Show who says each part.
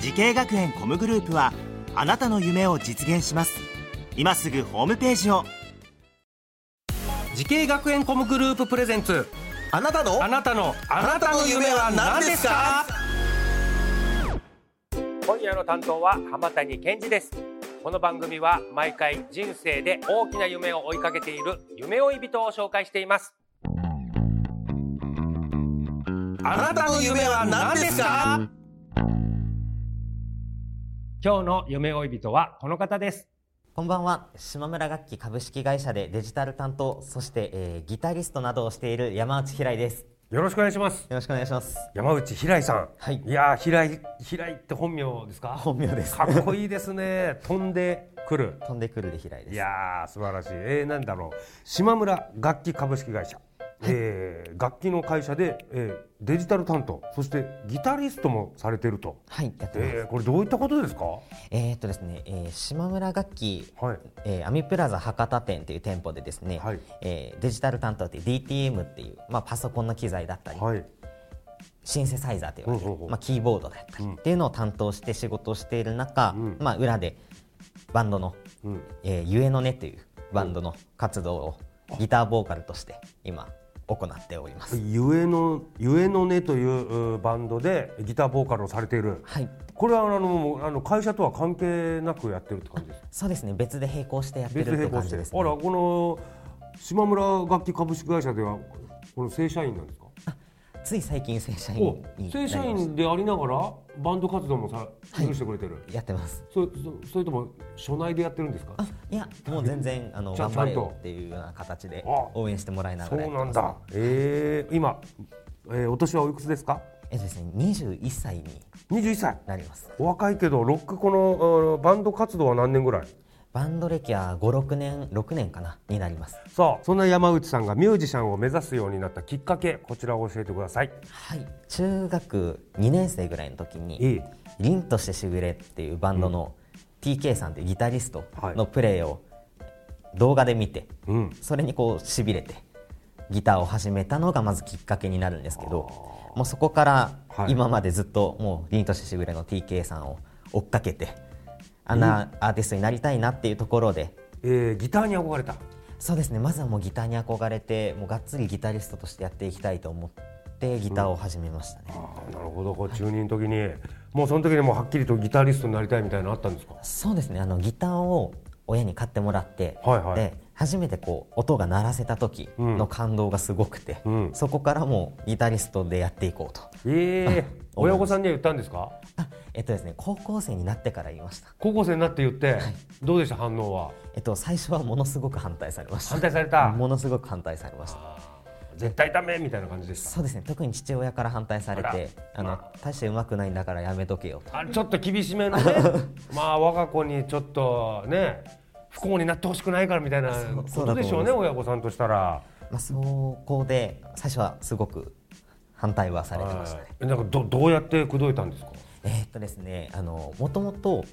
Speaker 1: 時系学園コムグループはあなたの夢を実現します今すぐホームページを
Speaker 2: 時系学園コムグループプレゼンツ
Speaker 3: あなたの
Speaker 2: あなたのあなたの夢は何ですか
Speaker 4: 今夜の担当は浜谷健二ですこの番組は毎回人生で大きな夢を追いかけている夢追い人を紹介しています
Speaker 2: あなたの夢は何ですか
Speaker 4: 今日の夢追い人はこの方です
Speaker 5: こんばんは島村楽器株式会社でデジタル担当そして、えーギタリストなどをしている山内平井ですよ
Speaker 4: よろしくお願いします
Speaker 5: ろしくお願いします
Speaker 4: 山内平井さん、
Speaker 5: はい
Speaker 4: いやー平井平井って本名ですか
Speaker 5: 本名です
Speaker 4: かっこいいですね飛んでくる
Speaker 5: 飛んでくるで平井です
Speaker 4: いやー素晴らしいえー、なんだろう島村楽器株式会社、えー、楽器の会社で、えー、デジタル担当そしてギタリストもされてると
Speaker 5: はいやってます、
Speaker 4: えー、これどういったことですか
Speaker 5: えーっとですね、えー島村楽器、
Speaker 4: はい
Speaker 5: えーアミプラザ博多店という店舗でですね、
Speaker 4: はい
Speaker 5: えーデジタル担当って DTM っていう、まあ、パソコンの機材だったり、
Speaker 4: はい
Speaker 5: シンセサイザーと言われて
Speaker 4: ほ
Speaker 5: る
Speaker 4: うほうほう
Speaker 5: まあ、キーボードだったり
Speaker 4: うん
Speaker 5: っていうのを担当して仕事をしている中、
Speaker 4: うん
Speaker 5: まあ、裏でバンドの
Speaker 4: うん
Speaker 5: えー、ゆえのねというバンドの活動をギターボーカルとして今行っております。
Speaker 4: ゆえのゆえのねといううバンドでギターボーカルをされている
Speaker 5: はい、
Speaker 4: これはあのもうあの会社とは関係なくやってるって感じですか
Speaker 5: そうですね。別で並行してやって
Speaker 4: 別
Speaker 5: るって
Speaker 4: 並行
Speaker 5: 感
Speaker 4: して
Speaker 5: じ
Speaker 4: で
Speaker 5: ですす、
Speaker 4: あ
Speaker 5: ね。
Speaker 4: らこの島村楽器株式会社ではこの正社員なんですか
Speaker 5: つい最近正社員
Speaker 4: お
Speaker 5: にな
Speaker 4: 正
Speaker 5: りまし
Speaker 4: 社
Speaker 5: た
Speaker 4: 員でありながらバンド活動もさ許してくれてる、
Speaker 5: やってます。
Speaker 4: それそそれとも所内でやってるんですか
Speaker 5: あ、いやもう全然あの
Speaker 4: じゃあ
Speaker 5: 頑張
Speaker 4: ち
Speaker 5: れ
Speaker 4: ゃん
Speaker 5: よ
Speaker 4: と
Speaker 5: っていうような形で
Speaker 4: あ
Speaker 5: 応援してもらいな
Speaker 4: そ
Speaker 5: がらや
Speaker 4: う
Speaker 5: って
Speaker 4: な
Speaker 5: ます、
Speaker 4: んだえー、今、えー、お年はおいくつですか
Speaker 5: えっとですね、二十一歳に
Speaker 4: 21歳
Speaker 5: なります。
Speaker 4: お若いけどロックこのあーバンド活動は何年ぐらい
Speaker 5: バンド歴は五六年六年かなになります。
Speaker 4: さあそんな山内さんがミュージシャンを目指すようになったきっかけこちらを教えてください
Speaker 5: はい、中学2年生ぐらいの時に、
Speaker 4: え
Speaker 5: 凛としてしぐれっていうバンドの TK さんというギタリスト
Speaker 4: はい
Speaker 5: のプレーを動画で見て、
Speaker 4: うん
Speaker 5: それにこうしびれてギターを始めたのがまずきっかけになるんですけどもうそこから
Speaker 4: はい
Speaker 5: 今までずっともう凛としてしぐれの TK さんを追っかけてあんなアーティストになりたいなっていうところで。
Speaker 4: えーギターに憧れた
Speaker 5: そうですねまずはもうギターに憧れてもうがっつりギタリストとしてやっていきたいと思ってギターを始めましたね、
Speaker 4: なるほどこう中二の時に、もうその時にもうはっきりとギタリストになりたいみたいなのあったんですか
Speaker 5: そうですねあのギターを親に買ってもらって、
Speaker 4: はいはい
Speaker 5: で初めてこう音が鳴らせた時の感動がすごくて、
Speaker 4: うん
Speaker 5: そこからもうギタリストでやっていこうと
Speaker 4: ええ親御さんには言ったんですか
Speaker 5: あえっとですね高校生になってから言いました
Speaker 4: 高校生になって言って、どうでした反応は
Speaker 5: えっと最初はものすごく反対されました
Speaker 4: 反対された
Speaker 5: ものすごく反対されました
Speaker 4: 絶対ダメみたいな感じでした
Speaker 5: そうですね特に父親から反対されてあ
Speaker 4: あら
Speaker 5: の、大してうまくないんだからやめとけよと
Speaker 4: あちょっと厳しめ のねまあ我が子にちょっとね不幸になってほしくないからみたいな
Speaker 5: そう
Speaker 4: こ
Speaker 5: そう
Speaker 4: と
Speaker 5: だと思います
Speaker 4: でしょうね親御さんとしたら
Speaker 5: まあ、そこで最初はすごく反対はされてましたね。
Speaker 4: えなんかどどうやって口説いたんですか
Speaker 5: えーっとですねあのもともと、